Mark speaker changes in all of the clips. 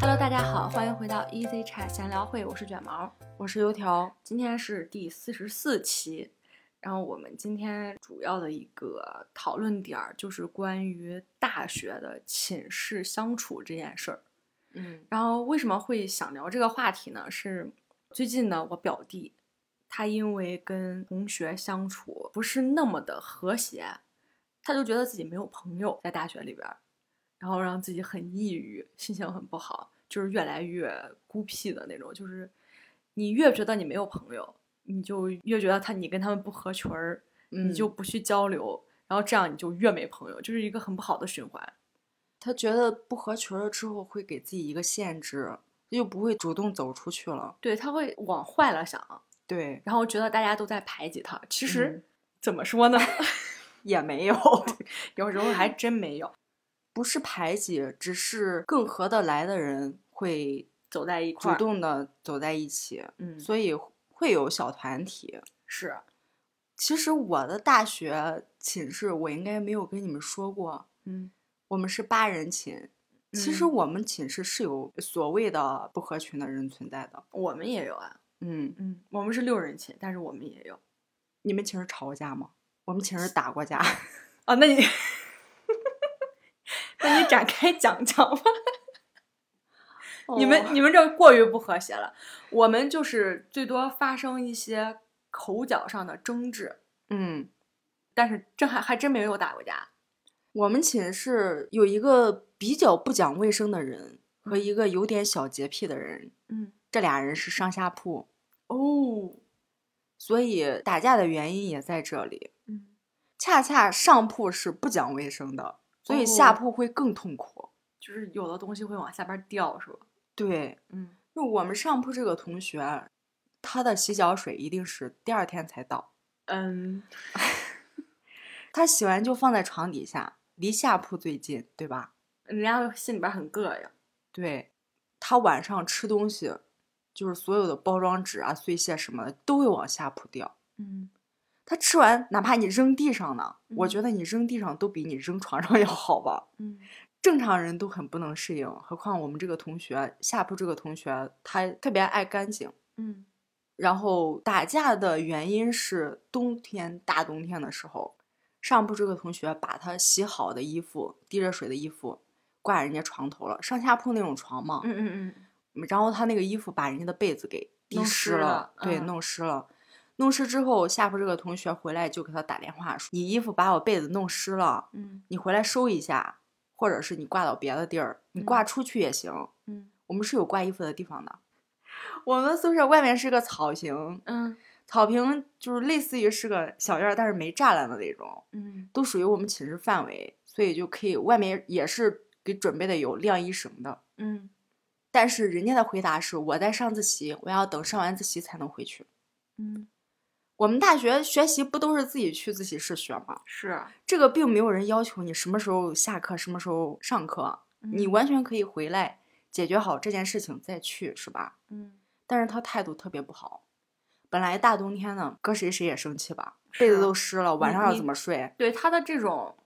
Speaker 1: Hello，大家好，欢迎回到 Easy Chat 闲聊会，我是卷毛，
Speaker 2: 我是油条。
Speaker 1: 今天是第四十四期，然后我们今天主要的一个讨论点儿就是关于大学的寝室相处这件事儿。
Speaker 2: 嗯
Speaker 1: 然后为什么会想聊这个话题呢？是最近呢，我表弟他因为跟同学相处不是那么的和谐，他就觉得自己没有朋友在大学里边儿，然后让自己很抑郁，心情很不好，就是越来越孤僻的那种。就是你越觉得你没有朋友，你就越觉得他你跟他们不合群儿，
Speaker 2: 嗯，
Speaker 1: 你就不去交流，然后这样你就越没朋友，就是一个很不好的循环。
Speaker 2: 他觉得不合群了之后会给自己一个限制，又不会主动走出去了。
Speaker 1: 对他会往坏了想，
Speaker 2: 对，
Speaker 1: 然后觉得大家都在排挤他。其实、
Speaker 2: 嗯
Speaker 1: 怎么说呢，
Speaker 2: 也没有，
Speaker 1: 有时候还真没有
Speaker 2: 不是排挤，只是更合得来的人会
Speaker 1: 走在一块
Speaker 2: 主
Speaker 1: 儿。
Speaker 2: 动的走在一起，
Speaker 1: 嗯，
Speaker 2: 所以会有小团体。
Speaker 1: 是
Speaker 2: 其实我的大学寝室，我应该没有跟你们说过，
Speaker 1: 嗯，
Speaker 2: 我们是八人寝。其实
Speaker 1: 嗯
Speaker 2: 我们寝室是有所谓的不合群的人存在的。
Speaker 1: 我们也有啊。
Speaker 2: 嗯，
Speaker 1: 嗯，我们是六人寝，但是我们也有
Speaker 2: 你们寝室吵过架吗？我们寝室打过架。
Speaker 1: 啊。那你，那你展开讲讲吧。
Speaker 2: 哦
Speaker 1: 你们你们这过于不和谐了。我们就是最多发生一些口角上的争执，
Speaker 2: 嗯，
Speaker 1: 但是这还还真没有打过架。
Speaker 2: 我们寝室有一个比较不讲卫生的人和一个有点小洁癖的人，
Speaker 1: 嗯，
Speaker 2: 这俩人是上下铺，
Speaker 1: 哦，
Speaker 2: 所以打架的原因也在这里。
Speaker 1: 嗯，
Speaker 2: 恰恰上铺是不讲卫生的，所以下
Speaker 1: 哦
Speaker 2: 铺会更痛苦。
Speaker 1: 就是有的东西会往下边掉，是吧？
Speaker 2: 对，
Speaker 1: 嗯，
Speaker 2: 就我们上铺这个同学，他的洗脚水一定是第二天才到，
Speaker 1: 嗯，
Speaker 2: 他洗完就放在床底下，离下铺最近，对吧？
Speaker 1: 人家心里边很膈应。
Speaker 2: 对，他晚上吃东西，就是所有的包装纸啊、碎屑什么的都会往下铺掉。
Speaker 1: 嗯，
Speaker 2: 他吃完，哪怕你扔地上呢，我
Speaker 1: 嗯
Speaker 2: 觉得你扔地上都比你扔床上要 好吧。
Speaker 1: 嗯
Speaker 2: 正常人都很不能适应，何况我们这个同学下铺这个同学，他特别爱干净。
Speaker 1: 嗯
Speaker 2: 然后打架的原因是冬天大冬天的时候，上铺这个同学把他洗好的衣服、滴着水的衣服挂人家床头了，上下铺那种床嘛，
Speaker 1: 嗯嗯嗯，
Speaker 2: 然后他那个衣服把人家的被子给滴
Speaker 1: 弄湿
Speaker 2: 湿
Speaker 1: 了
Speaker 2: 对，
Speaker 1: 嗯
Speaker 2: 弄湿了。弄湿之后，下铺这个同学回来就给他打电话说：“你衣服把我被子弄湿了，
Speaker 1: 嗯
Speaker 2: 你回来收一下，或者是你挂到别的地儿，你挂
Speaker 1: 嗯
Speaker 2: 出去也行。
Speaker 1: 嗯
Speaker 2: 我们是有挂衣服的地方的。 我们宿舍外面是个草坪，
Speaker 1: 嗯
Speaker 2: 草坪就是类似于是个小院儿，但是没栅栏的那种，
Speaker 1: 嗯
Speaker 2: 都属于我们寝室范围，所以就可以外面也是给准备的有晾衣绳的。
Speaker 1: 嗯
Speaker 2: 但是人家的回答是我在上自习，我要等上完自习才能回去。
Speaker 1: 嗯，
Speaker 2: 我们大学学习不都是自己去自习室学吗？
Speaker 1: 是
Speaker 2: 这个并没有人要求你什么时候下课，什么时候上课，你
Speaker 1: 嗯
Speaker 2: 完全可以回来解决好这件事情再去，是吧？
Speaker 1: 嗯
Speaker 2: 但是他态度特别不好。本来大冬天呢，搁谁谁也生气吧，被子
Speaker 1: 是啊
Speaker 2: 都湿了，晚
Speaker 1: 你
Speaker 2: 上要
Speaker 1: 你
Speaker 2: 怎么睡？
Speaker 1: 对他的这种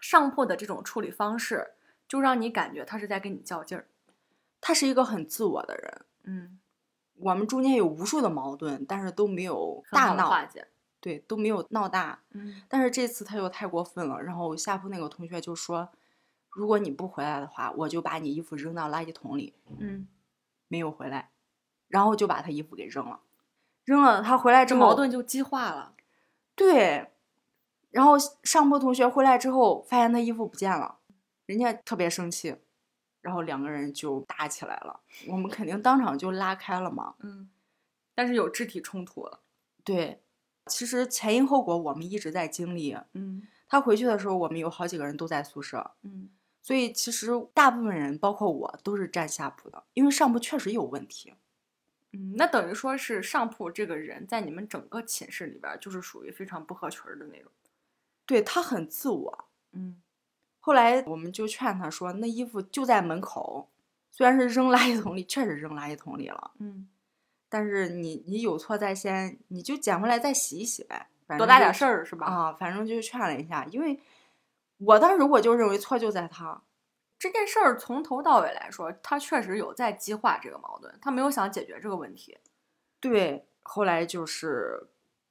Speaker 1: 上铺的这种处理方式，就让你感觉他是在跟你较劲儿。
Speaker 2: 他是一个很自我的人。
Speaker 1: 嗯，
Speaker 2: 我们中间有无数的矛盾，但是都没有
Speaker 1: 很
Speaker 2: 大
Speaker 1: 好的化
Speaker 2: 闹，
Speaker 1: 解。
Speaker 2: 对，都没有闹大。
Speaker 1: 嗯
Speaker 2: 但是这次他又太过分了，然后下铺那个同学就说：“如果你不回来的话，我就把你衣服扔到垃圾桶里。
Speaker 1: 嗯，”
Speaker 2: 没有回来，然后就把他衣服给扔了。扔了，他回来之
Speaker 1: 这
Speaker 2: 后，
Speaker 1: 矛盾就激化了。
Speaker 2: 对。然后上铺同学回来之后，发现他衣服不见了，人家特别生气，然后两个人就打起来了。我们肯定当场就拉开了嘛。
Speaker 1: 嗯，但是有肢体冲突了。
Speaker 2: 对，其实前因后果我们一直在经历。
Speaker 1: 嗯
Speaker 2: 他回去的时候，我们有好几个人都在宿舍，
Speaker 1: 嗯
Speaker 2: 所以其实大部分人，包括我，都是占下铺的，因为上铺确实有问题。
Speaker 1: 嗯，那等于说是上铺这个人在你们整个寝室里边儿就是属于非常不合群儿的那种。
Speaker 2: 对他很自我。
Speaker 1: 嗯
Speaker 2: 后来我们就劝他说，那衣服就在门口，虽然是扔垃圾桶里，确实扔垃圾桶里了，
Speaker 1: 嗯。
Speaker 2: 但是你你有错在先，你就捡回来再洗一洗呗，反
Speaker 1: 多
Speaker 2: 正
Speaker 1: 大
Speaker 2: 就啊
Speaker 1: 点事儿是吧？
Speaker 2: 啊，反正就劝了一下，因为我当时我就认为错就在他，
Speaker 1: 这件事儿从头到尾来说，他确实有在激化这个矛盾，他没有想解决这个问题。
Speaker 2: 对，后来就是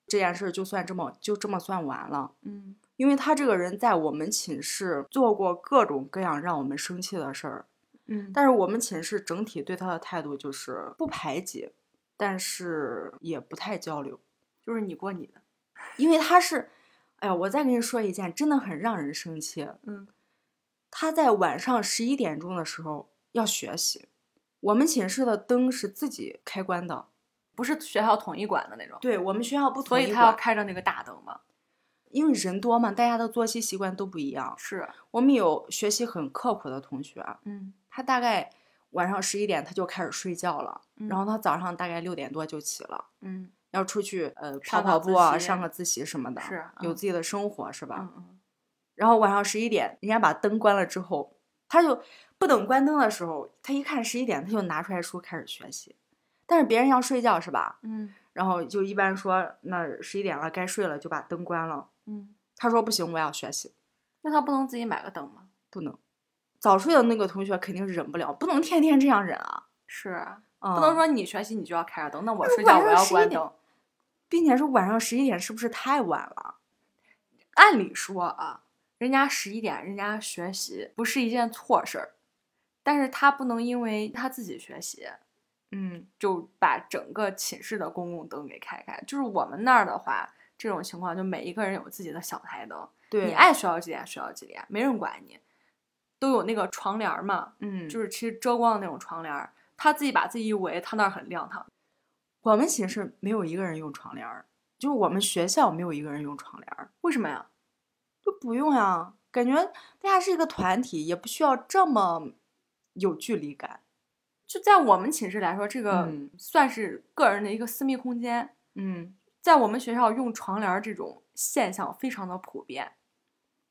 Speaker 2: 这件事儿就算这么就这么算完了，
Speaker 1: 嗯
Speaker 2: 因为他这个人在我们寝室做过各种各样让我们生气的事儿，
Speaker 1: 嗯，
Speaker 2: 但是我们寝室整体对他的态度就是不排挤，但是也不太交流，
Speaker 1: 就是你过你的，
Speaker 2: 因为他是，哎呀，我再跟你说一件真的很让人生气，
Speaker 1: 嗯
Speaker 2: 他在晚上十一点钟的时候要学习，我们寝室的灯是自己开关的，
Speaker 1: 不是学校统一管的那种，
Speaker 2: 对我们学校不
Speaker 1: 所
Speaker 2: 统一
Speaker 1: 以他要
Speaker 2: 管
Speaker 1: 开着那个大灯嘛。
Speaker 2: 因为人多嘛，大家的作息习惯都不一样。
Speaker 1: 是，
Speaker 2: 我们有学习很刻苦的同学，啊
Speaker 1: 嗯，
Speaker 2: 他大概晚上十一点他就开始睡觉了，然后他早上大概六点多就起了，
Speaker 1: 嗯
Speaker 2: 要出去呃跑
Speaker 1: 上
Speaker 2: 跑
Speaker 1: 个自
Speaker 2: 步啊，
Speaker 1: 习
Speaker 2: 上个自习什么的，
Speaker 1: 是
Speaker 2: 有
Speaker 1: 嗯
Speaker 2: 自己的生活是吧？
Speaker 1: 嗯嗯
Speaker 2: 然后晚上十一点，人家把灯关了之后，他就不等关灯的时候，他一看十一点，他就拿出来书开始学习。但是别人要睡觉是吧？
Speaker 1: 嗯
Speaker 2: 然后就一般说那十一点了该睡了，就把灯关了。
Speaker 1: 嗯，
Speaker 2: 他说不行，我要学习，
Speaker 1: 那他不能自己买个灯吗？
Speaker 2: 不能。早睡的那个同学肯定忍不了，不能天天这样忍啊，
Speaker 1: 是啊，
Speaker 2: 嗯、
Speaker 1: 不能说你学习你就要开着灯，那我
Speaker 2: 那
Speaker 1: 睡觉
Speaker 2: 晚
Speaker 1: 我
Speaker 2: 上
Speaker 1: 要
Speaker 2: 11
Speaker 1: 关
Speaker 2: 点
Speaker 1: 灯。
Speaker 2: 并且是晚上十一点是不是太晚了？
Speaker 1: 按理说啊，人家十一点人家学习不是一件错事儿，但是他不能因为他自己学习
Speaker 2: 嗯，
Speaker 1: 就把整个寝室的公共灯给开开。就是我们那儿的话，这种情况就每一个人有自己的小台灯，
Speaker 2: 对，
Speaker 1: 你爱学到几点学到几点，没人管你，都有那个窗帘儿嘛，
Speaker 2: 嗯，
Speaker 1: 就是其实遮光的那种窗帘儿。他自己把自己一围，他那儿很亮堂。
Speaker 2: 我们寝室没有一个人用窗帘儿，就是我们学校没有一个人用窗帘儿。
Speaker 1: 为什么呀？
Speaker 2: 就不用呀，感觉大家是一个团体，也不需要这么有距离感。
Speaker 1: 就在我们寝室来说，这个
Speaker 2: 嗯
Speaker 1: 算是个人的一个私密空间。
Speaker 2: 嗯，
Speaker 1: 在我们学校用床帘儿这种现象非常的普遍，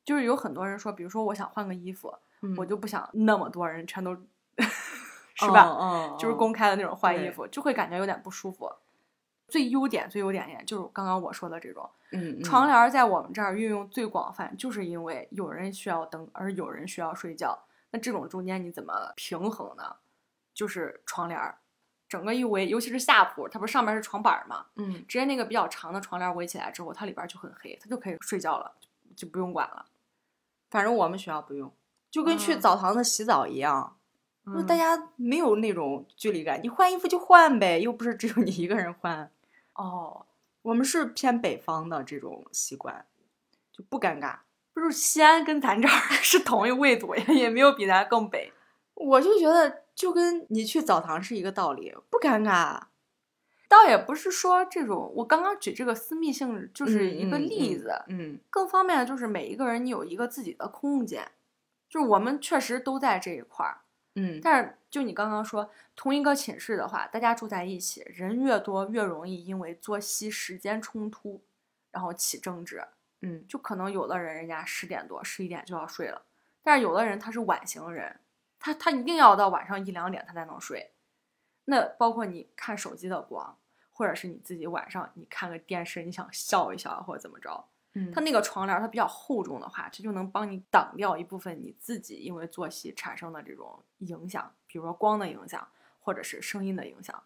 Speaker 1: 就是有很多人说，比如说我想换个衣服，我
Speaker 2: 我就
Speaker 1: 就不想那么多人 全都，是
Speaker 2: 嗯是吧
Speaker 1: 吧？？就是公开的那种换衣
Speaker 2: 嗯对
Speaker 1: 服，就会感觉有点不舒服。最优点，最优点也就是刚刚我说的这种
Speaker 2: 嗯
Speaker 1: 床帘儿，在我们这儿运用最广泛，就是因为有人需要灯，而有人需要睡觉。那这种中间你怎么平衡呢？就是床帘儿，整个一围，尤其是下铺，它不是上面是床板儿吗？
Speaker 2: 嗯
Speaker 1: 直接那个比较长的床帘围起来之后，它里边就很黑，它就可以睡觉了，就不用管了。
Speaker 2: 反正我们学校不用，就跟去
Speaker 1: 嗯
Speaker 2: 澡堂子洗澡一样，就
Speaker 1: 嗯
Speaker 2: 大家没有那种距离感。你换衣服就换呗，又不是只有你一个人换。
Speaker 1: 哦，
Speaker 2: 我们是偏北方的这种习惯，就不尴尬。
Speaker 1: 不是西安跟咱这儿 是同一纬度呀，也没有比咱更北。
Speaker 2: 我就觉得就跟你去澡堂是一个道理，不尴尬。
Speaker 1: 倒也不是说这种，我刚刚举这个私密性就是
Speaker 2: 嗯
Speaker 1: 一个
Speaker 2: 嗯
Speaker 1: 例
Speaker 2: 嗯
Speaker 1: 子，
Speaker 2: 嗯
Speaker 1: 更方便的就是每一个人你有一个自己的空间，就是我们确实都在这一块儿，
Speaker 2: 嗯，
Speaker 1: 但是就你刚刚说，同一个寝室的话，大家住在一起，人越多越容易因为作息时间冲突，然后起争执。
Speaker 2: 嗯
Speaker 1: 就可能有的人人家十点多、十一点就要睡了，但是有的人他是晚型人，他他一定要到晚上一两点他才能睡。那包括你看手机的光，或者是你自己晚上你看个电视，你想笑一笑啊或者怎么着，
Speaker 2: 嗯
Speaker 1: 它那个床帘儿它比较厚重的话，这就能帮你挡掉一部分你自己因为作息产生的这种影响，比如说光的影响，或者是声音的影响。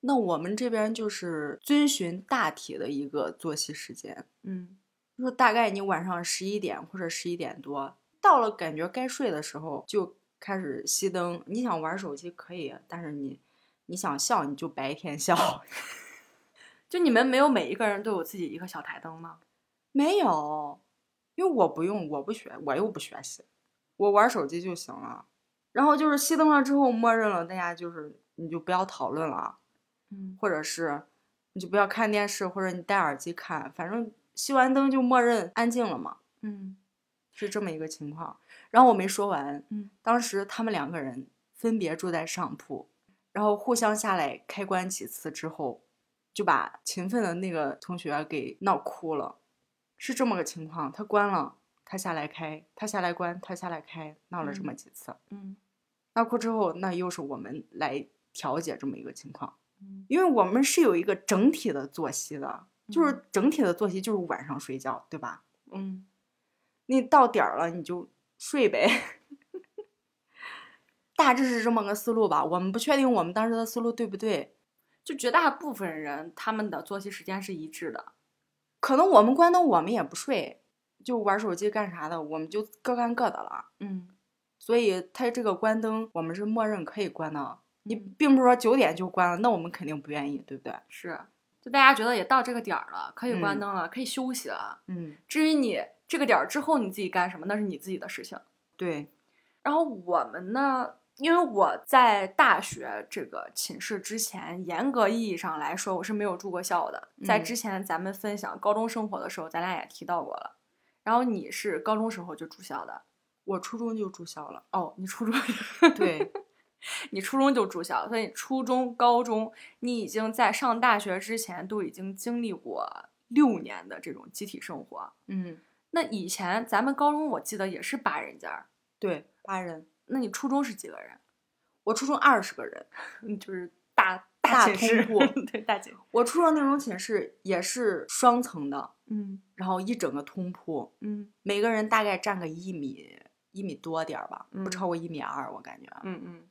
Speaker 2: 那我们这边就是遵循大体的一个作息时间，
Speaker 1: 嗯
Speaker 2: 就说大概你晚上十一点或者十一点多到了，感觉该睡的时候就开始熄灯。你想玩手机可以，但是你你想笑你就白天 笑。
Speaker 1: 就你们没有每一个人都有自己一个小台灯吗？
Speaker 2: 没有，因为我不用，我不学，我又不学习，我玩手机就行了。然后就是熄灯了之后，默认了大家就是你就不要讨论了。
Speaker 1: 嗯，
Speaker 2: 或者是你就不要看电视，或者你戴耳机看，反正熄完灯就默认安静了嘛，
Speaker 1: 嗯
Speaker 2: 是这么一个情况。然后我没说完，
Speaker 1: 嗯，
Speaker 2: 当时他们两个人分别住在上铺，然后互相下来开关几次之后，就把勤奋的那个同学给闹哭了，是这么个情况。他关了，他下来开，他下来关，他下来开，闹了这么
Speaker 1: 嗯
Speaker 2: 几次。
Speaker 1: 嗯
Speaker 2: 闹哭之后，那又是我们来调解这么一个情况。
Speaker 1: 嗯
Speaker 2: 因为我们是有一个整体的作息的，就是
Speaker 1: 嗯
Speaker 2: 整体的作息就是晚上睡觉，对吧？
Speaker 1: 嗯，
Speaker 2: 你到点儿了你就睡呗。 大致是这么个思路吧。我们不确定我们当时的思路对不对，
Speaker 1: 就绝大部分人他们的作息时间是一致的。
Speaker 2: 可能我们关灯我们也不睡，就玩手机干啥的，我们就各干各的了。
Speaker 1: 嗯，
Speaker 2: 所以它这个关灯，我们是默认可以关的。啊你并不是说九点就关了，那我们肯定不愿意，对不对？
Speaker 1: 是，就大家觉得也到这个点儿了，可以关
Speaker 2: 嗯
Speaker 1: 灯了，可以休息了。
Speaker 2: 嗯，
Speaker 1: 至于你这个点儿之后你自己干什么，那是你自己的事情。
Speaker 2: 对，
Speaker 1: 然后我们呢，因为我在大学这个寝室之前，严格意义上来说，我是没有住过校的。在
Speaker 2: 嗯
Speaker 1: 之前咱们分享高中生活的时候，咱俩也提到过了。然后你是高中时候就住校的
Speaker 2: 我初中就住校了。
Speaker 1: 哦，你初中，
Speaker 2: 对，
Speaker 1: 你初中就住校，所以初中、高中，你已经在上大学之前都已经经历过六年的这种集体生活。
Speaker 2: 嗯，
Speaker 1: 那以前咱们高中我记得也是八人间儿，
Speaker 2: 对， 八人，
Speaker 1: 那你初中是几个人？
Speaker 2: 我初中二十个人。
Speaker 1: 嗯，就是大
Speaker 2: 大
Speaker 1: 寝
Speaker 2: 通
Speaker 1: 室，
Speaker 2: 铺
Speaker 1: 对大寝，
Speaker 2: 我初中那种寝室也是双层的，
Speaker 1: 嗯
Speaker 2: 然后一整个通铺，
Speaker 1: 嗯
Speaker 2: 每个人大概占个一米一米多点儿吧，
Speaker 1: 嗯
Speaker 2: 不超过一米二，我感觉。
Speaker 1: 嗯嗯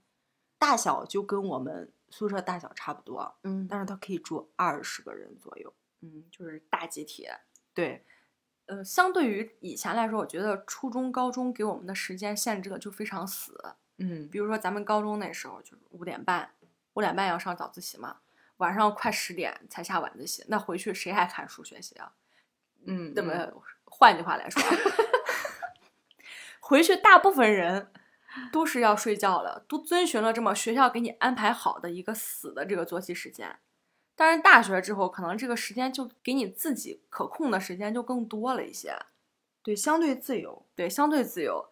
Speaker 2: 大小就跟我们宿舍大小差不多，
Speaker 1: 嗯，
Speaker 2: 但是它可以住二十个人左右。
Speaker 1: 嗯就是大集体。
Speaker 2: 对，
Speaker 1: 呃，相对于以前来说，我觉得初中、高中给我们的时间限制的就非常死。
Speaker 2: 嗯，
Speaker 1: 比如说咱们高中那时候就是五点半，五点半要上早自习嘛，晚上快十点才下晚自习，那回去谁还看书学习啊？
Speaker 2: 嗯，
Speaker 1: 那么、
Speaker 2: 嗯
Speaker 1: 换句话来说啊，回去大部分人都是要睡觉了，都遵循了这么学校给你安排好的一个死的这个作息时间。但是大学之后，可能这个时间就给你自己可控的时间就更多了一些，
Speaker 2: 对，相对自由。
Speaker 1: 对，相对自由。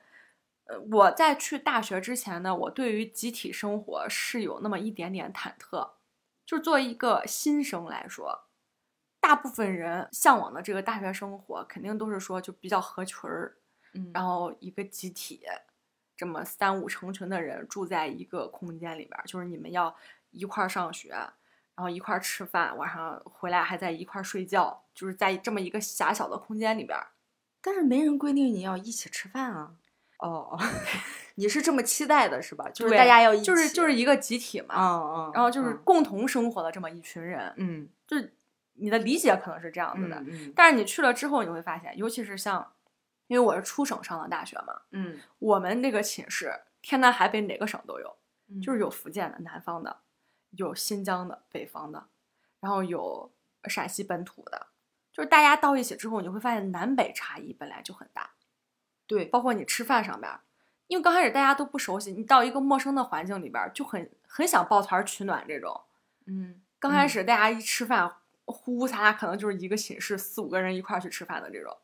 Speaker 1: 呃，我在去大学之前呢，我对于集体生活是有那么一点点忐忑，就是作为一个新生来说，大部分人向往的这个大学生活，肯定都是说就比较合群儿，
Speaker 2: 嗯然
Speaker 1: 然
Speaker 2: 后
Speaker 1: 后一个集体，这么三五成群的人住在一个空间里边儿，就是你们要一块儿上学，然后一块儿吃饭，晚上回来还在一块儿睡觉，就是在这么一个狭小的空间里边儿。
Speaker 2: 但是没人规定你要一起吃饭啊。哦， 你是这么期待的是吧？就是
Speaker 1: 对
Speaker 2: 大家要一起，
Speaker 1: 就是就是一个啊集体嘛，
Speaker 2: 嗯嗯，
Speaker 1: 然后就是
Speaker 2: 嗯
Speaker 1: 共同生活的这么一群人，
Speaker 2: 嗯
Speaker 1: 就是你的理解可能是这样子
Speaker 2: 嗯
Speaker 1: 的，
Speaker 2: 嗯
Speaker 1: 但是你去了之后，你会发现，尤其是像，因为我是初省上的大学嘛，
Speaker 2: 嗯
Speaker 1: 我们那个寝室天南海北哪个省都有，
Speaker 2: 嗯，
Speaker 1: 就是有福建的南方的，有新疆的北方的，然后有陕西本土的，就是大家到一起之后，你会发现南北差异本来就很大，
Speaker 2: 对，
Speaker 1: 包括你吃饭上边儿，因为刚开始大家都不熟悉，你到一个陌生的环境里边儿，就很很想抱团取暖这种。
Speaker 2: 嗯
Speaker 1: 刚开
Speaker 2: 嗯
Speaker 1: 始大家一吃饭，呼呼擦擦，可能就是一个寝室四五个人一块儿去吃饭的这种。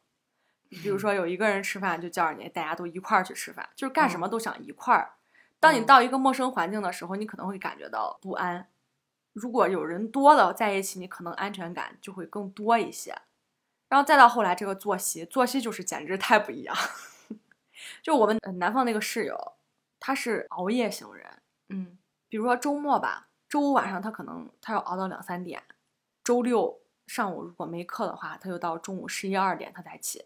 Speaker 1: 比如说有一个人吃饭，就叫着你大家都一块儿去吃饭，就是干什么都想一块儿。当你
Speaker 2: 嗯
Speaker 1: 到一个陌生环境的时候，你可能会感觉到不安。如果有人多了在一起，你可能安全感就会更多一些。然后再到后来，这个作息，作息就是简直太不一样。 就我们呃南方那个室友，他是熬夜型人，
Speaker 2: 嗯
Speaker 1: 比如说周末吧，周五晚上他可能他要熬到两三点，周六上午如果没课的话，他就到中午十一二点他才起。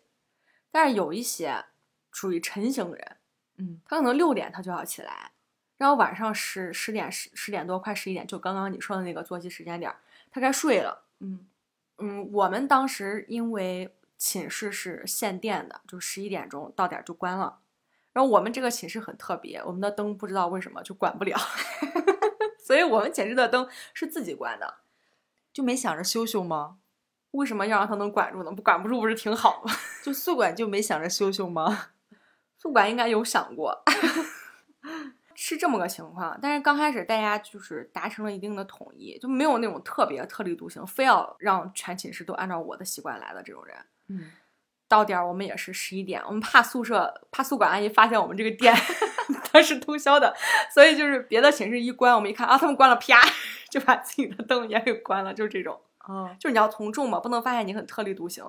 Speaker 1: 但是有一些属于晨型人，
Speaker 2: 嗯
Speaker 1: 他可能六点他就要起来，然后晚上十十点十十点多快十一点，就刚刚你说的那个作息时间点儿，他该睡了。
Speaker 2: 嗯
Speaker 1: 嗯，我们当时因为寝室是限电的，就十一点钟到点儿就关了。然后我们这个寝室很特别，我们的灯不知道为什么就管不了， 所以我们寝室的灯是自己关的。
Speaker 2: 就没想着修修吗？
Speaker 1: 为什么要让它能管住呢？不管不住不是挺好吗？
Speaker 2: 就宿管就没想着修修吗？
Speaker 1: 宿管应该有想过， 是这么个情况。但是刚开始大家就是达成了一定的统一，就没有那种特别特立独行，非要让全寝室都按照我的习惯来的这种人。
Speaker 2: 嗯，
Speaker 1: 到点儿我们也是十一点，我们怕宿舍怕宿管阿姨发现我们这个店 它是通宵的，所以就是别的寝室一关，我们一看啊，他们关了，啪 就把自己的灯也给关了，就是这种，
Speaker 2: 哦，
Speaker 1: 就是你要从众嘛，不能发现你很特立独行，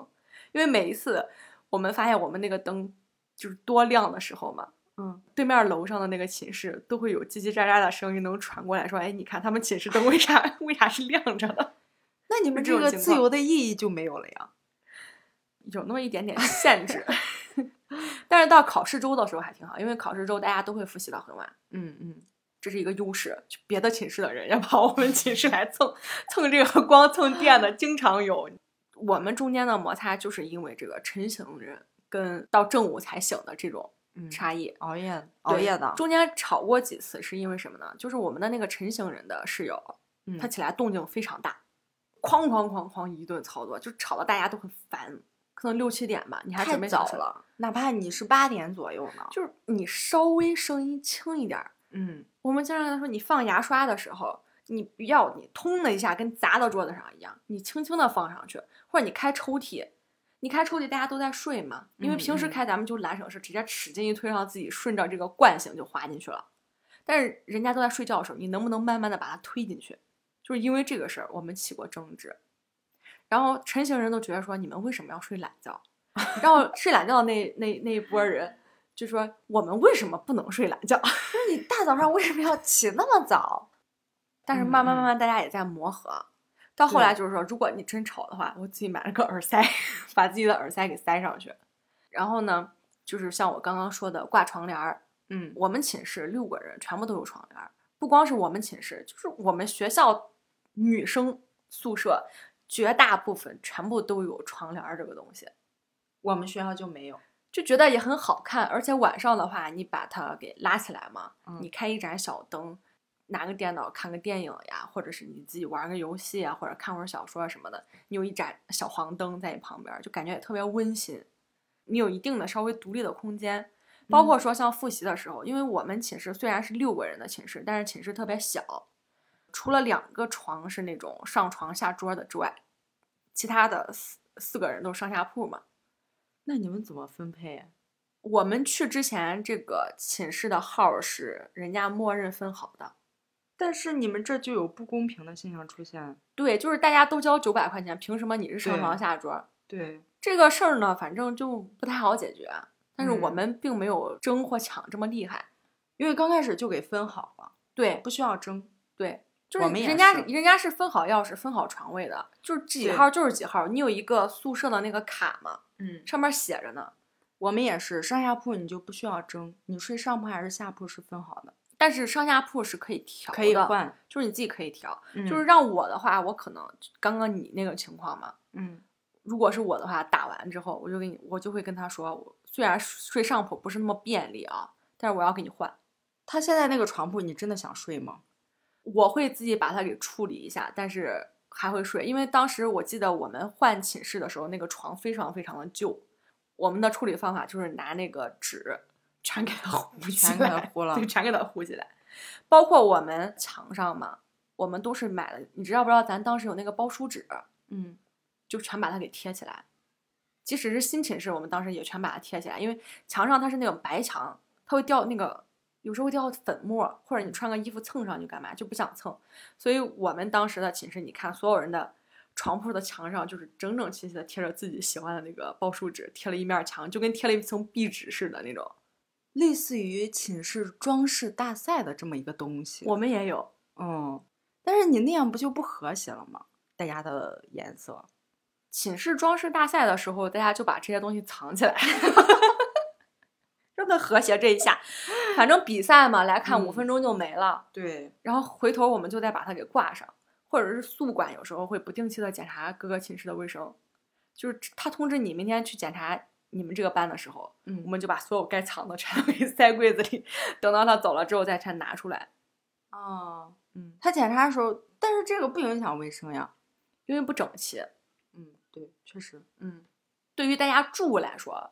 Speaker 1: 因为每一次我们发现我们那个灯就是多亮的时候嘛。
Speaker 2: 嗯，
Speaker 1: 对面楼上的那个寝室都会有叽叽喳喳的声音能传过来，说：“哎，你看他们寝室灯为啥 为啥是亮着的？
Speaker 2: 那你们
Speaker 1: 这
Speaker 2: 这
Speaker 1: 种
Speaker 2: 个
Speaker 1: 情
Speaker 2: 自
Speaker 1: 况
Speaker 2: 由的意义就没有了呀？
Speaker 1: 有那么一点点限制。 但是到考试周的时候还挺好，因为考试周大家都会复习到很晚。
Speaker 2: 嗯嗯，
Speaker 1: 这是一个优势，就别的寝室的人也跑我们寝室来蹭蹭这个光蹭电的，经常有。我们中间的摩擦就是因为这个晨醒人跟到正午才醒的这种
Speaker 2: 嗯
Speaker 1: 差异。
Speaker 2: 熬夜
Speaker 1: 对
Speaker 2: 熬夜的，
Speaker 1: 中间吵过几次，是因为什么呢？就是我们的那个晨醒人的室友，
Speaker 2: 嗯
Speaker 1: 他起来动静非常大，哐哐哐哐一顿操作，就吵得大家都很烦。可能六七点吧，你还准
Speaker 2: 太
Speaker 1: 备
Speaker 2: 早
Speaker 1: 想睡，
Speaker 2: 了，哪怕你是八点左右呢，
Speaker 1: 就是你稍微声音轻一点儿。
Speaker 2: 嗯，
Speaker 1: 我们经常跟他说，你放牙刷的时候，你不要你通的一下跟砸到桌子上一样，你轻轻的放上去，或者你开抽屉。你开抽屉，大家都在睡嘛，因为
Speaker 2: 嗯
Speaker 1: 平时
Speaker 2: 嗯
Speaker 1: 开咱们就懒省事，直接使劲一推，让自己顺着这个惯性就滑进去了。但是人家都在睡觉的时候，你能不能慢慢的把它推进去？就是因为这个事儿，我们起过争执。然后晨型人都觉得说，你们为什么要睡懒觉？然后睡懒觉的那那那一波人就说，我们为什么不能睡懒觉？
Speaker 2: 那你大早上为什么要起那么早？
Speaker 1: 但是
Speaker 2: 嗯
Speaker 1: 慢慢慢
Speaker 2: 嗯
Speaker 1: 慢大家也在磨合。到后来
Speaker 2: 对
Speaker 1: 就是说，如果你真吵的话，我自己买了个耳塞，把自己的耳塞给塞上去。然后呢，就是像我刚刚说的挂床帘儿，
Speaker 2: 嗯，
Speaker 1: 我们寝室六个人全部都有床帘儿，不光是我们寝室，就是我们学校女生宿舍绝大部分全部都有床帘儿这个东西。
Speaker 2: 我们学校就没有，
Speaker 1: 就觉得也很好看，而且晚上的话，你把它给拉起来嘛，
Speaker 2: 嗯
Speaker 1: 你开一盏小灯，拿个电脑看个电影呀，或者是你自己玩个游戏啊，或者看会儿小说什么的，你有一盏小黄灯在你旁边儿，就感觉也特别温馨。你有一定的稍微独立的空间，包括说像复习的时候，因为我们寝室虽然是六个人的寝室，但是寝室特别小，除了两个床是那种上床下桌的之外，其他的四四个人都是上下铺嘛。
Speaker 2: 那你们怎么分配呀？
Speaker 1: 我们去之前，这个寝室的号是人家默认分好的。
Speaker 2: 但是你们这就有不公平的现象出现。
Speaker 1: 对，就是大家都交九百块钱，凭什么你是上
Speaker 2: 对啊
Speaker 1: 床下桌？
Speaker 2: 对，
Speaker 1: 这个事儿呢，反正就不太好解决。但是我
Speaker 2: 嗯
Speaker 1: 们并没有争或抢这么厉害。
Speaker 2: 因为刚开始就给分好了，
Speaker 1: 对
Speaker 2: 不需要争。
Speaker 1: 对，就
Speaker 2: 我
Speaker 1: 是
Speaker 2: 们也
Speaker 1: 人家
Speaker 2: 是
Speaker 1: 人家是分好钥匙、分好床位的，就是几
Speaker 2: 对
Speaker 1: 号就是几号。你有一个宿舍的那个卡嘛，
Speaker 2: 嗯，
Speaker 1: 上面写着呢。
Speaker 2: 我们也是上下铺，你就不需要争，你睡上铺还是下铺是分好的，
Speaker 1: 但是上下铺是可以调的，
Speaker 2: 可以，换。嗯
Speaker 1: 就是你自己可以调。
Speaker 2: 就
Speaker 1: 就是
Speaker 2: 是
Speaker 1: 让我的话，我可能刚刚你那个情况嘛，
Speaker 2: 嗯
Speaker 1: 如果是我的话，打完之后，我就给你，我就会跟他说，我虽然睡上铺不是那么便利啊，但是我要给你换，
Speaker 2: 他现在那个床铺，你真的想睡吗？
Speaker 1: 我会自己把它给处理一下，但是还会睡，因为当时我记得我们换寝室的时候，那个床非常非常的旧，我们的处理方法就是拿那个纸全给它糊起来，
Speaker 2: 全给它糊了
Speaker 1: 对，全给它糊起来，包括我们墙上嘛，我们都是买了，你知道不知道？咱当时有那个包书纸，
Speaker 2: 嗯，
Speaker 1: 就全把它给贴起来。即使是新寝室，我们当时也全把它贴起来，因为墙上它是那种白墙，它会掉那个，有时候会掉粉末，或者你穿个衣服蹭上去干嘛，就不想蹭。所以我们当时的寝室，你看所有人的床铺的墙上就是整整齐齐的贴着自己喜欢的那个报数纸，贴了一面墙，就跟贴了一层壁纸似的那种。
Speaker 2: 类似于寝室装饰大赛的这么一个东西。
Speaker 1: 我们也有，
Speaker 2: 嗯，但是你那样不就不和谐了吗？大家的颜色，
Speaker 1: 寝室装饰大赛的时候，大家就把这些东西藏起来，让它和谐这一下。反正比赛嘛，来看五
Speaker 2: 嗯
Speaker 1: 分钟就没了，
Speaker 2: 对，
Speaker 1: 然后回头我们就再把它给挂上，或者是宿管有时候会不定期的检查各个寝室的卫生，就是他通知你明天去检查你们这个班的时候，
Speaker 2: 嗯
Speaker 1: 我们就把所有该藏的 全都给塞柜子里，等到他走了之后再全拿出来。
Speaker 2: 哦，
Speaker 1: 嗯，
Speaker 2: 他检查的时候，但是这个不影响卫生呀。
Speaker 1: 因为不整齐。
Speaker 2: 嗯，对，确实，
Speaker 1: 嗯，对于大家住来说，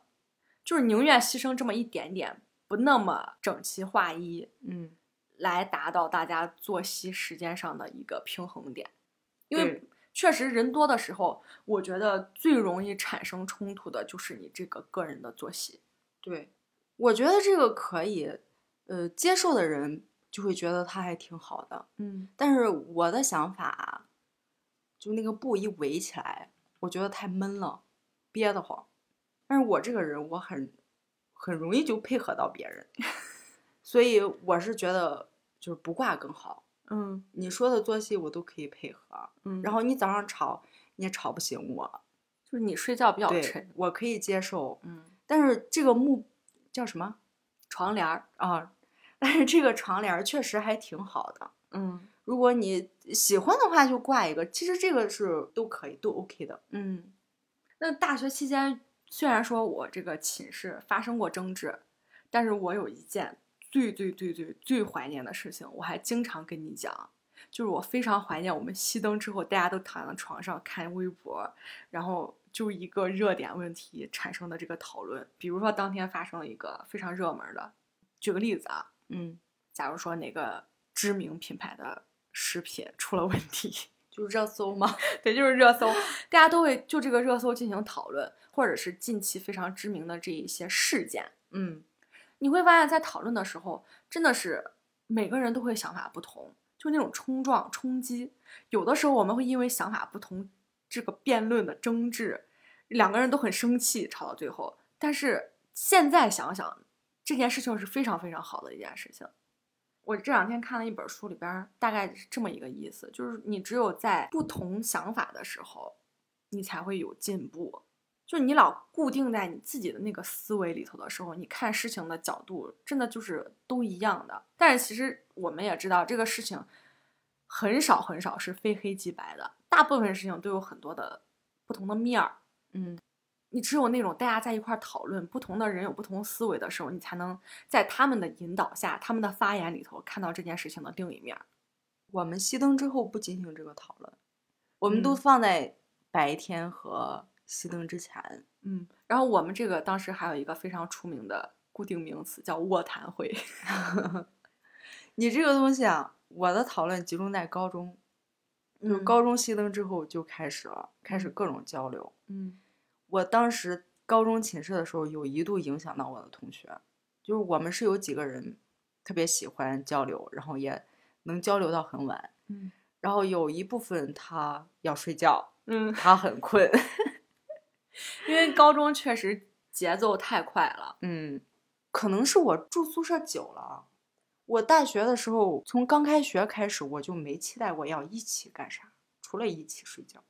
Speaker 1: 就是宁愿牺牲这么一点点，不那么整齐划一，
Speaker 2: 嗯，
Speaker 1: 来达到大家作息时间上的一个平衡点。因为
Speaker 2: 对
Speaker 1: 确实人多的时候，我觉得最容易产生冲突的就是你这个个人的作息。
Speaker 2: 对，我觉得这个可以，呃，接受的人就会觉得他还挺好的。
Speaker 1: 嗯，
Speaker 2: 但是我的想法，就那个布一围起来，我觉得太闷了，憋得慌。但是我这个人，我很很容易就配合到别人， 所以我是觉得就是不挂更好。
Speaker 1: 嗯
Speaker 2: 你说的作息我都可以配合，
Speaker 1: 嗯然
Speaker 2: 然
Speaker 1: 后
Speaker 2: 后你早上吵你也吵不醒我，
Speaker 1: 就是你睡觉比较
Speaker 2: 对
Speaker 1: 沉，，
Speaker 2: 我可以接受。
Speaker 1: 嗯，
Speaker 2: 但是这个木叫什么
Speaker 1: 床帘儿，
Speaker 2: 啊？ 但是这个床帘儿确实还挺好的。
Speaker 1: 嗯
Speaker 2: 如果你喜欢的话，就挂一个。其实这个是都可以，都 OK 的。
Speaker 1: 嗯。那大学期间，虽然说我这个寝室发生过争执，但是我有一件最最最最最怀念的事情，我还经常跟你讲。就是我非常怀念我们熄灯之后，大家都躺在床上看微博，然后就一个热点问题产生的这个讨论。比如说当天发生了一个非常热门的，举个例子啊，
Speaker 2: 嗯，
Speaker 1: 假如说哪个知名品牌的食品出了问题，
Speaker 2: 就是热搜嘛。
Speaker 1: 对，就是热搜，大家都会就这个热搜进行讨论，或者是近期非常知名的这一些事件，
Speaker 2: 嗯，
Speaker 1: 你会发现在讨论的时候，真的是每个人都会想法不同，就那种冲撞、冲击。有的时候我们会因为想法不同，这个辩论的争执，两个人都很生气，吵到最后。但是现在想想，这件事情是非常非常好的一件事情。我这两天看了一本书，里边儿大概是这么一个意思，就是你只有在不同想法的时候，你才会有进步。就你老固定在你自己的那个思维里头的时候，你看事情的角度真的就是都一样的。但是其实我们也知道，这个事情很少很少是非黑即白的，大部分事情都有很多的不同的面儿。
Speaker 2: 嗯，
Speaker 1: 你只有那种大家在一块儿讨论，不同的人有不同思维的时候，你才能在他们的引导下、他们的发言里头看到这件事情的另一面儿。
Speaker 2: 我们熄灯之后不进行这个讨论，我们都
Speaker 1: 嗯
Speaker 2: 放在白天和熄灯之前。
Speaker 1: 嗯，然后我们这个当时还有一个非常出名的固定名词叫卧谈会。
Speaker 2: 你这个东西啊，我的讨论集中在高中，就是
Speaker 1: 嗯
Speaker 2: 高中熄灯之后就开始了，开始各种交流。
Speaker 1: 嗯
Speaker 2: 我当时高中寝室的时候，有一度影响到我的同学，就是我们是有几个人特别喜欢交流，然后也能交流到很晚。
Speaker 1: 嗯
Speaker 2: 然后有一部分他要睡觉，
Speaker 1: 嗯，
Speaker 2: 他很困，
Speaker 1: 因为高中确实节奏太快了。
Speaker 2: 嗯，可能是我住宿舍久了啊。我大学的时候，从刚开学开始，我就没期待过要一起干啥，除了一起睡觉。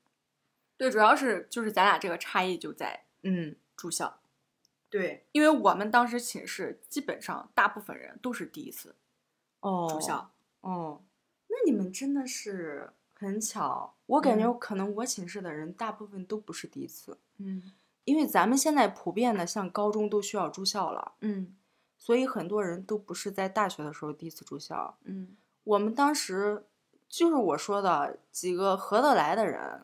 Speaker 1: 对，主要是就是咱俩这个差异就在
Speaker 2: 嗯，
Speaker 1: 住校，
Speaker 2: 对，
Speaker 1: 因为我们当时寝室基本上大部分人都是第一次
Speaker 2: 哦，
Speaker 1: 住校。
Speaker 2: 哦，那你们真的是很巧。我感觉
Speaker 1: 嗯
Speaker 2: 可能我寝室的人大部分都不是第一次，
Speaker 1: 嗯
Speaker 2: 因为咱们现在普遍的像高中都需要住校了，
Speaker 1: 嗯
Speaker 2: 所以很多人都不是在大学的时候第一次住校。
Speaker 1: 嗯
Speaker 2: 我们当时就是我说的几个合得来的人，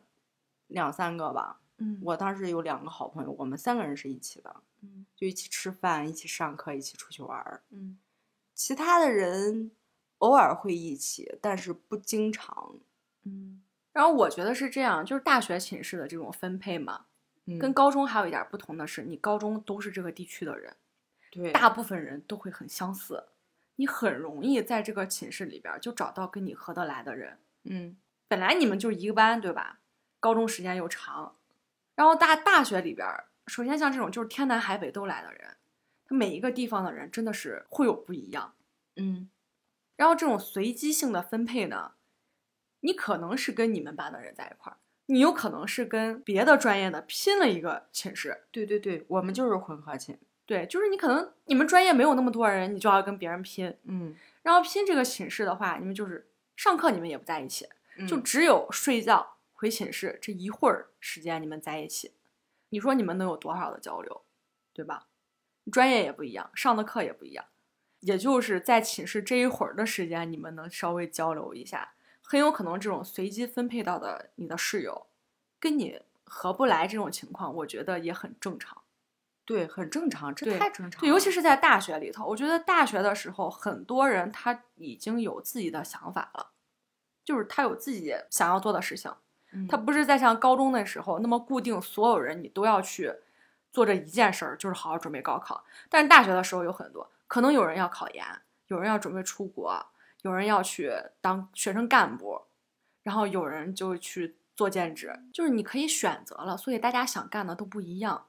Speaker 2: 两三个吧。
Speaker 1: 嗯我
Speaker 2: 我当时有两个好朋友，我们三个人是一起的，
Speaker 1: 嗯
Speaker 2: 就一起吃饭，一起上课，一起出去玩儿。
Speaker 1: 嗯
Speaker 2: 其他的人偶尔会一起，但是不经常。
Speaker 1: 嗯。然后我觉得是这样，就是大学寝室的这种分配嘛，
Speaker 2: 嗯
Speaker 1: 跟高中还有一点不同的是，你高中都是这个地区的人，
Speaker 2: 对
Speaker 1: 大部分人都会很相似，你很容易在这个寝室里边儿就找到跟你合得来的人。
Speaker 2: 嗯
Speaker 1: 本来你们就是一个班，对吧？高中时间又长，然后大大学里边儿，首先像这种就是天南海北都来的人，他每一个地方的人真的是会有不一样。
Speaker 2: 嗯
Speaker 1: 然后这种随机性的分配呢，你可能是跟你们班的人在一块儿，你有可能是跟别的专业的拼了一个寝室。
Speaker 2: 对对对，我们就是混合寝。
Speaker 1: 对，就是你可能你们专业没有那么多人，你就要跟别人拼。
Speaker 2: 嗯，
Speaker 1: 然后拼这个寝室的话，你们就是上课你们也不在一起，就
Speaker 2: 嗯就
Speaker 1: 只有睡觉、回寝室这一会儿时间你们在一起，你说你们能有多少的交流，对吧？专业也不一样，上的课也不一样，也就是在寝室这一会儿的时间，你们能稍微交流一下。很有可能这种随机分配到的你的室友，跟你合不来这种情况，我觉得也很正常。
Speaker 2: 对，很正常，这
Speaker 1: 对
Speaker 2: 太正常了。
Speaker 1: 对，尤其是在大学里头，我觉得大学的时候，很多人他已经有自己的想法了，就是他有自己想要做的事情。
Speaker 2: 嗯
Speaker 1: 他不是在像高中的时候那么固定，所有人你都要去做这一件事儿，就是好好准备高考。但是大学的时候有很多，可能有人要考研，有人要准备出国，有人要去当学生干部，然后有人就去做兼职，就是你可以选择了，所以大家想干的都不一样。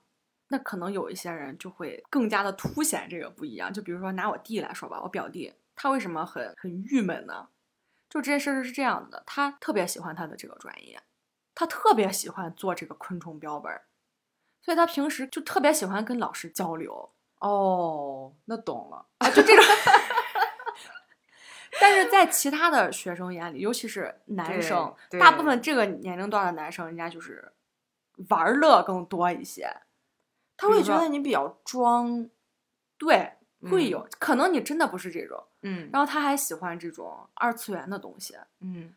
Speaker 1: 那可能有一些人就会更加的凸显这个不一样。就比如说拿我弟来说吧，我表弟他为什么很很郁闷呢？就这件事儿是这样子的，他特别喜欢他的这个专业，他特别喜欢做这个昆虫标本儿，所以他平时就特别喜欢跟老师交流。
Speaker 2: 哦，那懂了。
Speaker 1: 啊，就这种，但是在其他的学生眼里，尤其是男
Speaker 2: 对
Speaker 1: 生，
Speaker 2: 对
Speaker 1: 大部分这个年龄段的男生，人家就是玩乐更多一些。
Speaker 2: 他
Speaker 1: 比
Speaker 2: 会
Speaker 1: 如
Speaker 2: 觉
Speaker 1: 说
Speaker 2: 得你比较装，
Speaker 1: 对，会
Speaker 2: 嗯
Speaker 1: 有、可能你真的不是这种，
Speaker 2: 嗯
Speaker 1: 然后他还喜欢这种二次元的东西。
Speaker 2: 嗯，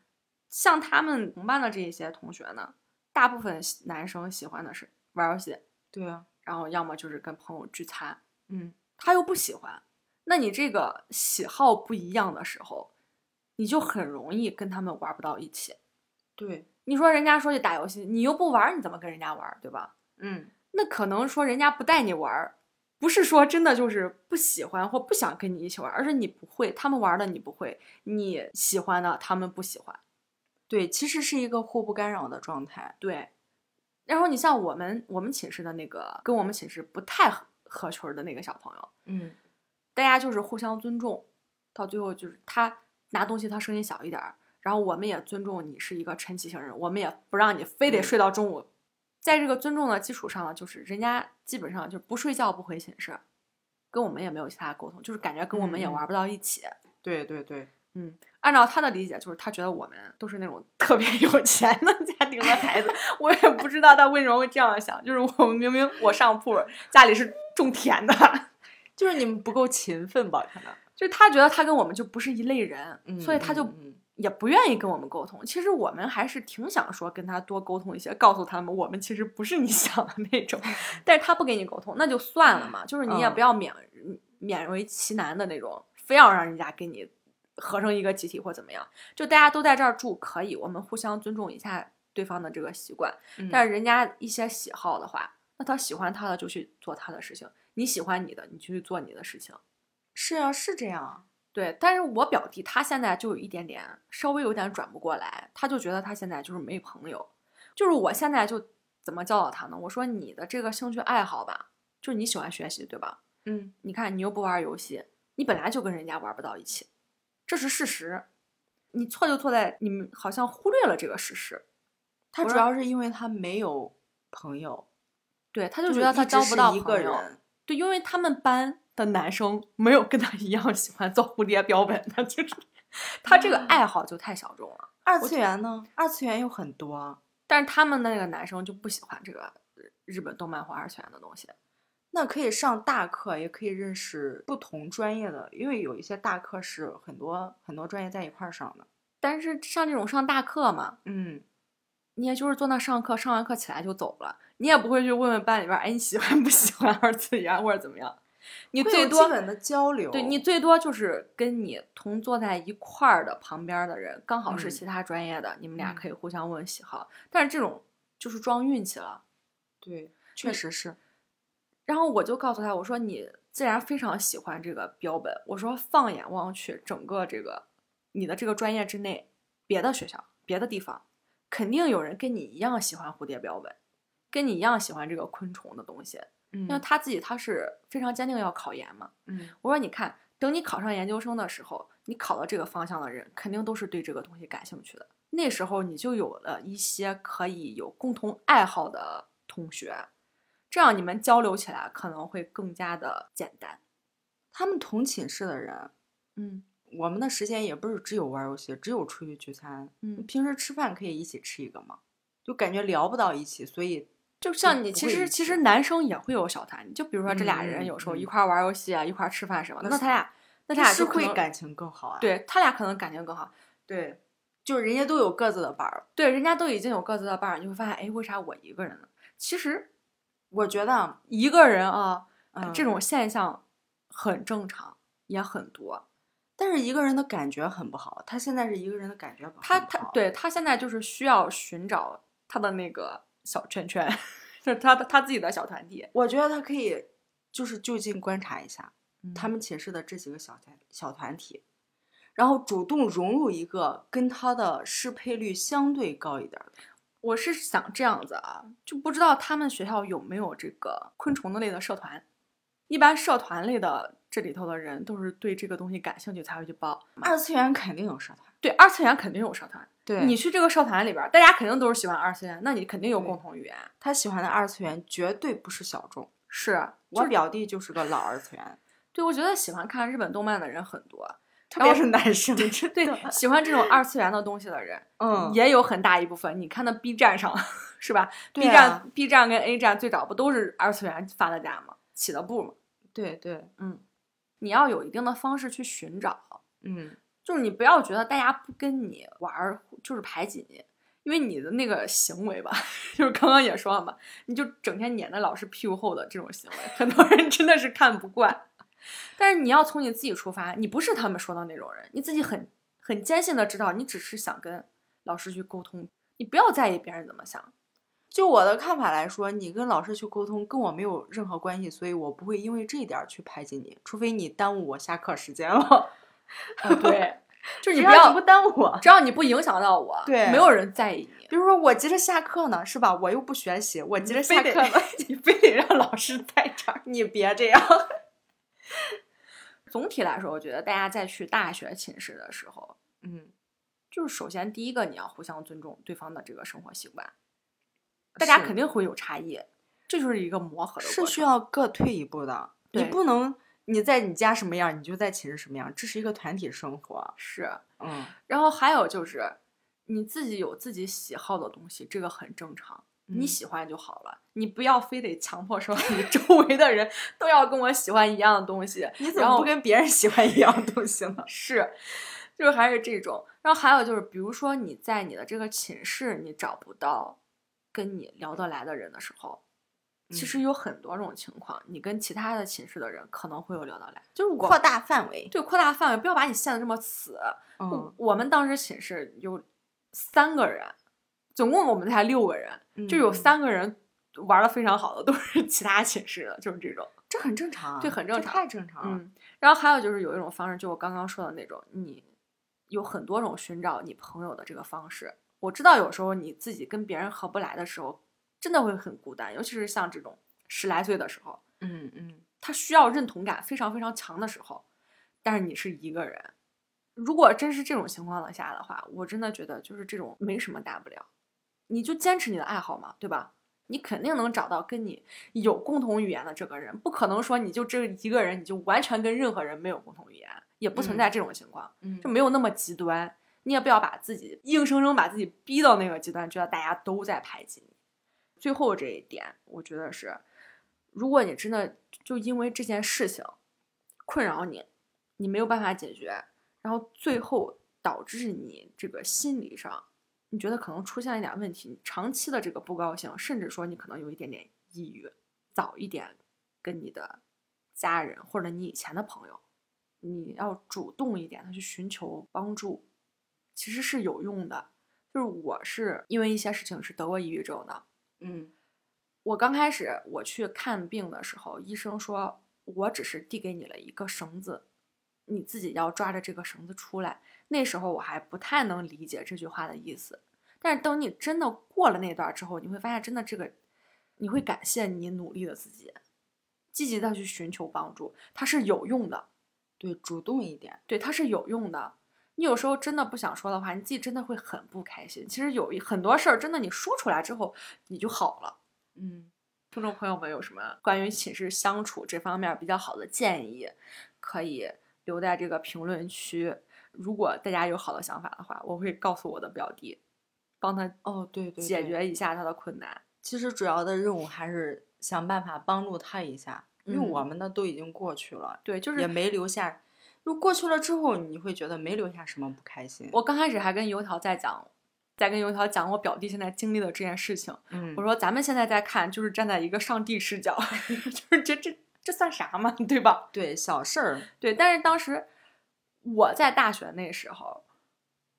Speaker 1: 像他们同班的这一些同学呢，大部分喜男生喜欢的是玩游戏，
Speaker 2: 对啊，
Speaker 1: 然后要么就是跟朋友聚餐，
Speaker 2: 嗯，
Speaker 1: 他又不喜欢，那你这个喜好不一样的时候，你就很容易跟他们玩不到一起。
Speaker 2: 对，
Speaker 1: 你说人家说去打游戏，你又不玩儿，你怎么跟人家玩儿，对吧？
Speaker 2: 嗯
Speaker 1: 那可能说人家不带你玩儿，不是说真的就是不喜欢或不想跟你一起玩儿，而是你不会，他们玩儿的你不会，你喜欢的他们不喜欢。
Speaker 2: 对，其实是一个互不干扰的状态。
Speaker 1: 对，然后你像我们我们寝室的那个跟我们寝室不太合合群儿的那个小朋友，
Speaker 2: 嗯
Speaker 1: 大家就是互相尊重，到最后就是他拿东西他声音小一点儿，然后我们也尊重你是一个晨起型人，我们也不让你非得
Speaker 2: 嗯
Speaker 1: 睡到中午。在这个尊重的基础上呢，就是人家基本上就不睡觉不回寝室，跟我们也没有其他沟通，就是感觉跟我们也
Speaker 2: 嗯嗯
Speaker 1: 玩不到一起。
Speaker 2: 对对对，
Speaker 1: 嗯，按照他的理解，就是他觉得我们都是那种特别有钱的家庭的孩子， 我也不知道他为什么会这样想。就是我们明明我上铺，家里是种田的，
Speaker 2: 就是你们不够勤奋吧？可能，
Speaker 1: 就是他觉得他跟我们就不是一类人，
Speaker 2: 嗯
Speaker 1: 所以他就
Speaker 2: 嗯嗯
Speaker 1: 也不愿意跟我们沟通。其实我们还是挺想说跟他多沟通一些，告诉他们我们其实不是你 想的那 种，但是他不跟你沟通，那就算了嘛。就是你也
Speaker 2: 嗯
Speaker 1: 不要勉、勉为其难的那种，非要让人家跟你合成一个集体或怎么样。就大家都在这儿住可以，我们互相尊重一下对方的这个习惯。
Speaker 2: 嗯
Speaker 1: 但是人家一些喜好的话，那他喜欢他的就去做他的事情，你喜欢你的你就去做你的事情。
Speaker 2: 是啊，是这样啊。
Speaker 1: 对，但是我表弟他现在就有一点点稍微有点转不过来，他就觉得他现在就是没朋友，就是我现在就怎么教导他呢？我说你的这个兴趣爱好吧，就是你喜欢学习对吧？
Speaker 2: 嗯，
Speaker 1: 你看你又不玩游戏，你本来就跟人家玩不到一起，这是事实。你错就错在你们好像忽略了这个事实，
Speaker 2: 他
Speaker 1: 不
Speaker 2: 主
Speaker 1: 让
Speaker 2: 要是因为他没有朋友，
Speaker 1: 对，他
Speaker 2: 就
Speaker 1: 就觉
Speaker 2: 是
Speaker 1: 得
Speaker 2: 一
Speaker 1: 他
Speaker 2: 直
Speaker 1: 交
Speaker 2: 是
Speaker 1: 不到
Speaker 2: 一个
Speaker 1: 朋友，
Speaker 2: 人。
Speaker 1: 对，因为他们班的男生没有跟他一样喜欢造蝴蝶标本的，就是
Speaker 2: 啊
Speaker 1: 他这个爱好就太小众了。
Speaker 2: 二
Speaker 1: 我
Speaker 2: 次
Speaker 1: 觉
Speaker 2: 元呢？二次元有很多，
Speaker 1: 但是他们的那个男生就不喜欢这个日日本动漫或二次元的东西。
Speaker 2: 那可以上大课，也可以认识不同专业的，因为有一些大课是很多很多专业在一块儿上的。
Speaker 1: 但是像这种上大课嘛，
Speaker 2: 嗯，
Speaker 1: 你也就是坐那上课，上完课起来就走了，你也不会去问问班里边儿，哎，你喜欢不喜欢二次元或者怎么样？你
Speaker 2: 你
Speaker 1: 最
Speaker 2: 基
Speaker 1: 多
Speaker 2: 本的交流，
Speaker 1: 对你最多就是跟你同坐在一块儿的旁边儿的人，刚好
Speaker 2: 嗯
Speaker 1: 是其他专业的，你们俩
Speaker 2: 嗯
Speaker 1: 可以互相问喜好。但是这种就是装运气了。
Speaker 2: 对，确
Speaker 1: 你
Speaker 2: 实是。
Speaker 1: 然后我就告诉他，我说你既然非常喜欢这个标本，我说放眼望去，整个这个你的这个专业之内，别的学校、别的地方，肯定有人跟你一样喜欢蝴蝶标本，跟你一样喜欢这个昆虫的东西。因为
Speaker 2: 嗯
Speaker 1: 他自己他是非常坚定要考研嘛。
Speaker 2: 嗯，
Speaker 1: 我说你看，等你考上研究生的时候，你考到这个方向的人，肯定都是对这个东西感兴趣的。那时候你就有了一些可以有共同爱好的同学，这样你们交流起来可能会更加的简单。
Speaker 2: 他们同寝室的人，
Speaker 1: 嗯
Speaker 2: 我们的时间也不是只有玩游戏，只有出去聚餐。
Speaker 1: 嗯，
Speaker 2: 平时吃饭可以一起吃一个嘛，就感觉聊不到一起，所以
Speaker 1: 就像
Speaker 2: 不
Speaker 1: 你，
Speaker 2: 不
Speaker 1: 其
Speaker 2: 会
Speaker 1: 实
Speaker 2: 理
Speaker 1: 其
Speaker 2: 解
Speaker 1: 实男生也会有小谈，就比如说这俩
Speaker 2: 嗯
Speaker 1: 人有时候
Speaker 2: 嗯
Speaker 1: 一块儿玩游戏啊，一块儿吃饭什么的，
Speaker 2: 那
Speaker 1: 那
Speaker 2: 是
Speaker 1: 他俩那他俩
Speaker 2: 是
Speaker 1: 就可
Speaker 2: 会
Speaker 1: 能
Speaker 2: 感情更好啊。
Speaker 1: 对他俩可能感情更好。
Speaker 2: 对，就是人家都有各自的班儿。
Speaker 1: 对，人家都已经有各自的伴儿，你会发现，哎，为啥我一个人呢？其实
Speaker 2: 我觉得啊，
Speaker 1: 一个人啊，
Speaker 2: 嗯，
Speaker 1: 这，种现象很正常，也很多。
Speaker 2: 但是一个人的感觉很不好。他现在是一个人的感觉不
Speaker 1: 他
Speaker 2: 很不
Speaker 1: 他
Speaker 2: 好，
Speaker 1: 对他现在就是需要寻找他的那个小圈圈， 就是他的他自己的小团体。
Speaker 2: 我觉得他可以就是就近观察一下他
Speaker 1: 他们
Speaker 2: 们寝室的这几个小团小团体，然后主动融入一个跟他的适配率相对高一点儿的。
Speaker 1: 我是想这样子啊，就不知道他们学校有没有这个昆虫的类的社团。一般社团类的这里头的人都是对这个东西感兴趣才会去报。
Speaker 2: 二次元肯定有社团，
Speaker 1: 对二次元肯定有社团，
Speaker 2: 对
Speaker 1: 你
Speaker 2: 你
Speaker 1: 去这个社团里边儿，大家肯定都是喜欢二次元，那你肯定有
Speaker 2: 对
Speaker 1: 共同语言。
Speaker 2: 他喜欢的二次元绝对不是小众。
Speaker 1: 是，
Speaker 2: 我
Speaker 1: 我
Speaker 2: 表弟就是个老二次元，
Speaker 1: 对我觉得喜欢看日本动漫的人很多，
Speaker 2: 特别是男生，真
Speaker 1: 对
Speaker 2: 的
Speaker 1: 喜欢这种二次元的东西的人，
Speaker 2: 嗯，
Speaker 1: 也有很大一部分。你看那 B 站上是吧、b
Speaker 2: 对啊
Speaker 1: 站 B 站跟 A 站最早不都是二次元发的家吗？起的步嘛。
Speaker 2: 对对，
Speaker 1: 嗯，你要有一定的方式去寻找，
Speaker 2: 嗯，
Speaker 1: 就是你不要觉得大家不跟你玩儿就是排挤你，因为你的那个行为吧，就是刚刚也说了嘛，你就整天撵在老师屁股后的这种行为，很多人真的是看不惯。但是你要从你自己出发，你不是他们说的那种人，你自己很很坚信的知道，你只是想跟老师去沟通，你不要在意别人怎么 想。
Speaker 2: 就我的看法来说，你跟老师去沟通跟我没有任何关系，所以我不会因为这一点儿去排挤你，除非你耽误我下课时间了。
Speaker 1: 呃对，就是 你
Speaker 2: 只要
Speaker 1: 不要，
Speaker 2: 不耽误我。
Speaker 1: 只要你不影响到我，
Speaker 2: 对
Speaker 1: 没有人在意你。
Speaker 2: 比如说我急着下课呢，是吧？我又不学习，我急着下课呢，
Speaker 1: 你嗯非得让老师在场。
Speaker 2: 你别这 样。
Speaker 1: 总体来说，我觉得大家在去大学寝室的时候，
Speaker 2: 嗯，
Speaker 1: 就是首先第一个你要互相尊重对方的这个生活习惯，大家
Speaker 2: 是
Speaker 1: 肯定会有差异，这就是一个磨合的过
Speaker 2: 是
Speaker 1: 程。
Speaker 2: 需要各退一步的，你
Speaker 1: 对
Speaker 2: 不能你在你家什么样，你就在寝室什么样，这是一个团体生活。
Speaker 1: 是，
Speaker 2: 嗯，
Speaker 1: 然后还有就是你自己有自己喜好的东西，这个很正常。你
Speaker 2: 嗯
Speaker 1: 喜欢就好了，你不要非得强迫说 你周围的人都要跟我喜欢一样的东西。
Speaker 2: 你怎
Speaker 1: 然
Speaker 2: 么
Speaker 1: 后
Speaker 2: 不跟别人喜欢一样东西呢？
Speaker 1: 是，就是还是这种。然后还有就是，比如说你在你的这个寝室，你找不到跟你聊得来的人的时候，其
Speaker 2: 嗯
Speaker 1: 实有很多种情况，你跟其他的寝室的人可能会有聊得来，就是我
Speaker 2: 扩大范围。
Speaker 1: 对扩大范围，不要把你限得这么死。
Speaker 2: 嗯，
Speaker 1: 我们当时寝室有三个人，总共我们才六个人，就有
Speaker 2: 嗯
Speaker 1: 三个人玩的非常好的都是其他寝室的，就是这种。
Speaker 2: 这很正常啊，
Speaker 1: 对很
Speaker 2: 这
Speaker 1: 正常
Speaker 2: 太正常了。
Speaker 1: 嗯，然后还有就是有一种方式，就我刚刚说的那种，你有很多种寻找你朋友的这个方式。我知道有时候你自己跟别人合不来的时候，真的会很孤单，尤其是像这种十来岁的时候，
Speaker 2: 嗯嗯，
Speaker 1: 他需要认同感非常非常强的时候，但是你是一个人。如果真是这种情况下的话，我真的觉得就是这种没什么大不了，你就坚持你的爱好嘛，对吧？你肯定能找到跟你有共同语言的这个人，不可能说你就这一个人你就完全跟任何人没有共同语言，也不存在这种情况，
Speaker 2: 嗯
Speaker 1: 就没有那么极端。你也不要把自己硬生生把自己逼到那个极端，觉得大家都在排挤你。最后这一点，我觉得是，如果你真的就因为这件事情困扰你，你没有办法解决，然后最后导致你这个心理上，你觉得可能出现了一点问题，长期的这个不高兴，甚至说你可能有一点点抑郁，早一点跟你的家人或者你以前的朋友，你要主动一点的去寻求帮助，其实是有用的。就是我是因为一些事情是得过抑郁症的，
Speaker 2: 嗯
Speaker 1: 我刚开始我去看病的时候，医生说我只是递给你了一个绳子，你自己要抓着这个绳子出来。那时候我还不太能理解这句话的意思，但是等你真的过了那段之后，你会发现真的这个，你会感谢你努力的自己，积极的去寻求帮助，它是有用的。
Speaker 2: 对，主动一点。
Speaker 1: 对，它是有用的。你有时候真的不想说的话，你自己真的会很不开心。其实有一很多事儿，真的你说出来之后，你就好了。
Speaker 2: 嗯，
Speaker 1: 听众朋友们有什么关于寝室相处这方面比较好的建议，可以留在这个评论区。如果大家有好的想法的话，我会告诉我的表弟，帮他
Speaker 2: 哦，对对，
Speaker 1: 解
Speaker 2: 对。
Speaker 1: 决一下他的困难。
Speaker 2: 其实主要的任务还是想办法帮助他一下，因为我
Speaker 1: 嗯
Speaker 2: 们的都已经过去了，
Speaker 1: 对，就是
Speaker 2: 也没留下。如果过去了之后，你会觉得没留下什么不开心。
Speaker 1: 我刚开始还跟油条在讲，在跟油条讲我表弟现在经历的这件事情。
Speaker 2: 嗯
Speaker 1: 我说咱们现在在看，就是站在一个上帝视角， 就是这这这算啥嘛，对吧？
Speaker 2: 对小事儿，
Speaker 1: 对，但是当时我在大学那时候，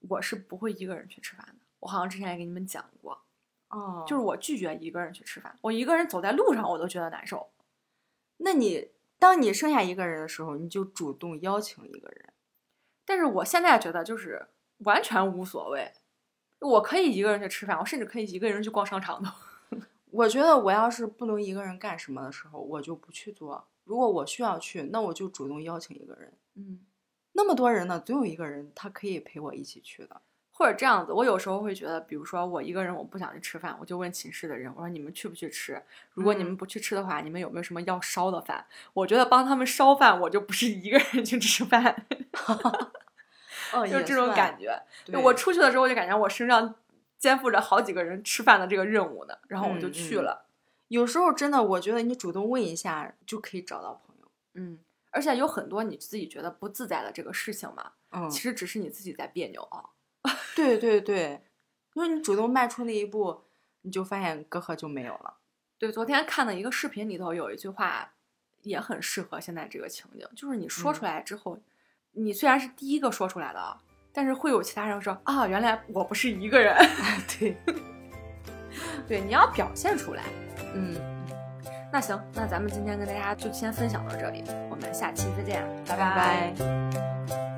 Speaker 1: 我是不会一个人去吃饭的。我好像之前也给你们讲过，
Speaker 2: 哦
Speaker 1: 就是我拒绝一个人去吃饭，我一个人走在路上我都觉得难受。
Speaker 2: 那你当你剩下一个人的时候，你就主动邀请一个人。
Speaker 1: 但是我现在觉得就是完全无所谓，我可以一个人去吃饭，我甚至可以一个人去逛商场的。
Speaker 2: 我觉得我要是不能一个人干什么的时候，我就不去做。如果我需要去，那我就主动邀请一个人。
Speaker 1: 嗯，
Speaker 2: 那么多人呢，总有一个人他可以陪我一起去的。
Speaker 1: 或者这样子，我有时候会觉得，比如说我一个人我不想去吃饭，我就问寝室的人，我说你们去不去吃？如果你们
Speaker 2: 嗯
Speaker 1: 不去吃的话，你们有没有什么 要烧的饭？我觉得帮他们烧饭，我就不是一个人去吃饭。
Speaker 2: 哦，
Speaker 1: 就是这种感
Speaker 2: 觉。
Speaker 1: 觉。
Speaker 2: 对
Speaker 1: 我出去的时候，我就感觉我身上肩负着好几个人吃饭的这个任务呢，然后我就
Speaker 2: 嗯
Speaker 1: 去
Speaker 2: 嗯
Speaker 1: 了。
Speaker 2: 有时候真的，我觉得你主动问一下就可以找到朋友。
Speaker 1: 嗯，而且有很多你自己觉得不自在的这个事情嘛，
Speaker 2: 嗯
Speaker 1: 其实只是你自己在别扭啊。
Speaker 2: 对对对，因为你主动迈出那一步，你就发现隔阂就没有了。
Speaker 1: 对，昨天看的一个视频里头有一句话，也很适合现在这个情景，就是你说
Speaker 2: 嗯
Speaker 1: 出来之后，你虽然是第一个说出来的，啊，但是会有其他人说啊，原来我不是一个人。
Speaker 2: 对，
Speaker 1: 对，你要表现出来。
Speaker 2: 嗯，
Speaker 1: 那行，啊那咱们今天跟大家就先分享到这里，我们下期再见，
Speaker 2: 拜拜。